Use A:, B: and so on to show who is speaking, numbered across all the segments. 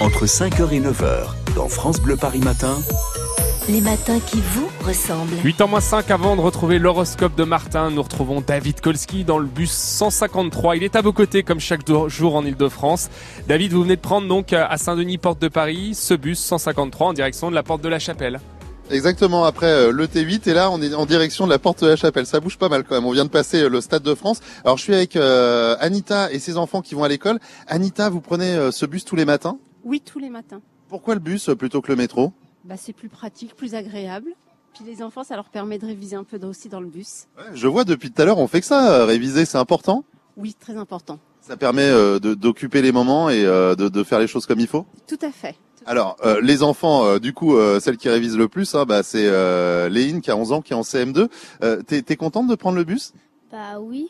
A: entre 5h et 9h dans France Bleu Paris Matin.
B: Les matins qui vous ressemblent.
C: 8 h moins 5 avant de retrouver l'horoscope de Martin, nous retrouvons David Kolski dans le bus 153. Il est à vos côtés comme chaque jour en Ile-de-France. David, vous venez de prendre donc euh, à Saint-Denis, porte de Paris, ce bus 153 en direction de la porte de la Chapelle.
D: Exactement, après euh, le T8 et là on est en direction de la porte de la chapelle. Ça bouge pas mal quand même. On vient de passer euh, le Stade de France. Alors je suis avec euh, Anita et ses enfants qui vont à l'école. Anita, vous prenez euh, ce bus tous les matins
E: Oui, tous les matins.
D: Pourquoi le bus euh, plutôt que le métro
E: Bah, c'est plus pratique, plus agréable. Puis les enfants, ça leur permet de réviser un peu aussi dans le bus.
D: Je vois depuis tout à l'heure on fait que ça, euh, réviser c'est important.
E: Oui, très important.
D: Ça permet euh, de- d'occuper les moments et euh, de, de faire les choses comme il faut.
E: Tout à fait.
D: Alors euh, les enfants, euh, du coup, euh, celle qui révise le plus, hein, bah, c'est euh, Léine qui a 11 ans, qui est en CM2. Euh, T'es t'es contente de prendre le bus
F: Bah oui,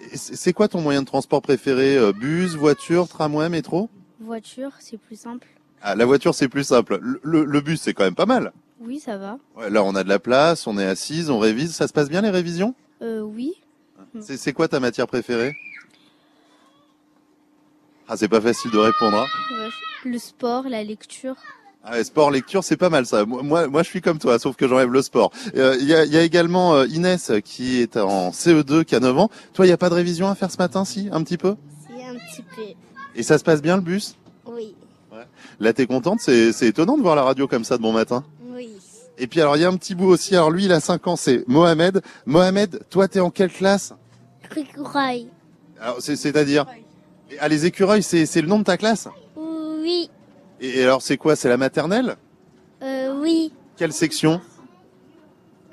D: Et c'est- C'est quoi ton moyen de transport préféré Euh, Bus, voiture, tramway, métro
F: voiture, c'est plus simple.
D: Ah, la voiture, c'est plus simple. Le, le- le bus, c'est quand même pas mal.
F: Oui, ça va.
D: Ouais, là, on a de la place, on est assise, on révise. Ça se passe bien les révisions
F: Euh, oui.
D: C'est c'est quoi ta matière préférée Ah, c'est pas facile de répondre. hein.
F: Ouais, Le sport, la lecture.
D: Ah, ouais, sport, lecture, c'est pas mal ça. Moi, moi, moi, je suis comme toi, sauf que j'enlève le sport. Euh, Il y, a, il y a également euh, Inès qui est en CE2, qui a 9 ans. Toi, il n'y a pas de révision à faire ce matin, si Un petit peu
F: C'est un petit peu.
D: Et ça se passe bien le bus
F: Oui,
D: Là, t'es contente C'est c'est étonnant de voir la radio comme ça de bon matin.
F: oui.
D: Et puis alors il y a un petit bout aussi. Alors lui il a 5 ans, c'est Mohamed. Mohamed, toi t'es en quelle classe
F: Écureuil.
D: Alors c'est- c'est-à-dire Ah les écureuils, c'est c'est le nom de ta classe
F: Oui,
D: Et, et alors c'est quoi C'est la maternelle
F: euh, oui.
D: Quelle section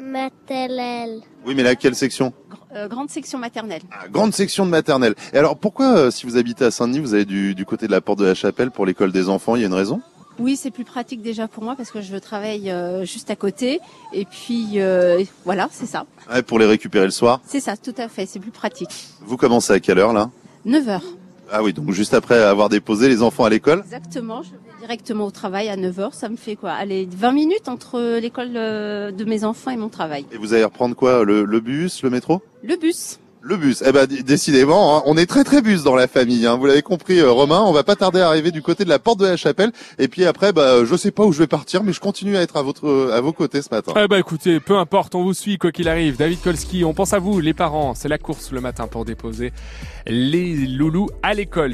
F: Maternelle.
D: Oui mais là quelle section
E: Gr- euh, grande section maternelle.
D: Ah, Grande section de maternelle. Et alors pourquoi euh, si vous habitez à Saint-Denis, vous allez du, du côté de la porte de la chapelle pour l'école des enfants Il y a une raison
E: Oui, c'est plus pratique déjà pour moi parce que je travaille euh, juste à côté. Et puis euh, voilà, c'est ça.
D: Ouais, Pour les récupérer le soir.
E: C'est ça, tout à fait. C'est plus pratique.
D: Vous commencez à quelle heure là
E: 9 heures.
D: Ah oui donc juste après avoir déposé les enfants à l'école.
E: Exactement. Je vais directement au travail à 9 heures. Ça me fait quoi Allez, 20 minutes entre l'école euh, de mes enfants et mon travail.
D: Et vous allez reprendre quoi le, le bus, le métro
E: Le bus.
D: Le bus. Eh ben, d- décidément, hein, on est très très bus dans la famille. hein. Vous l'avez compris, euh, Romain. On va pas tarder à arriver du côté de la porte de la chapelle. Et puis après, bah, je sais pas où je vais partir, mais je continue à être à votre à vos côtés ce matin.
C: Eh bah écoutez, peu importe, on vous suit quoi qu'il arrive. David Kolski, on pense à vous, les parents. C'est la course le matin pour déposer les loulous à l'école.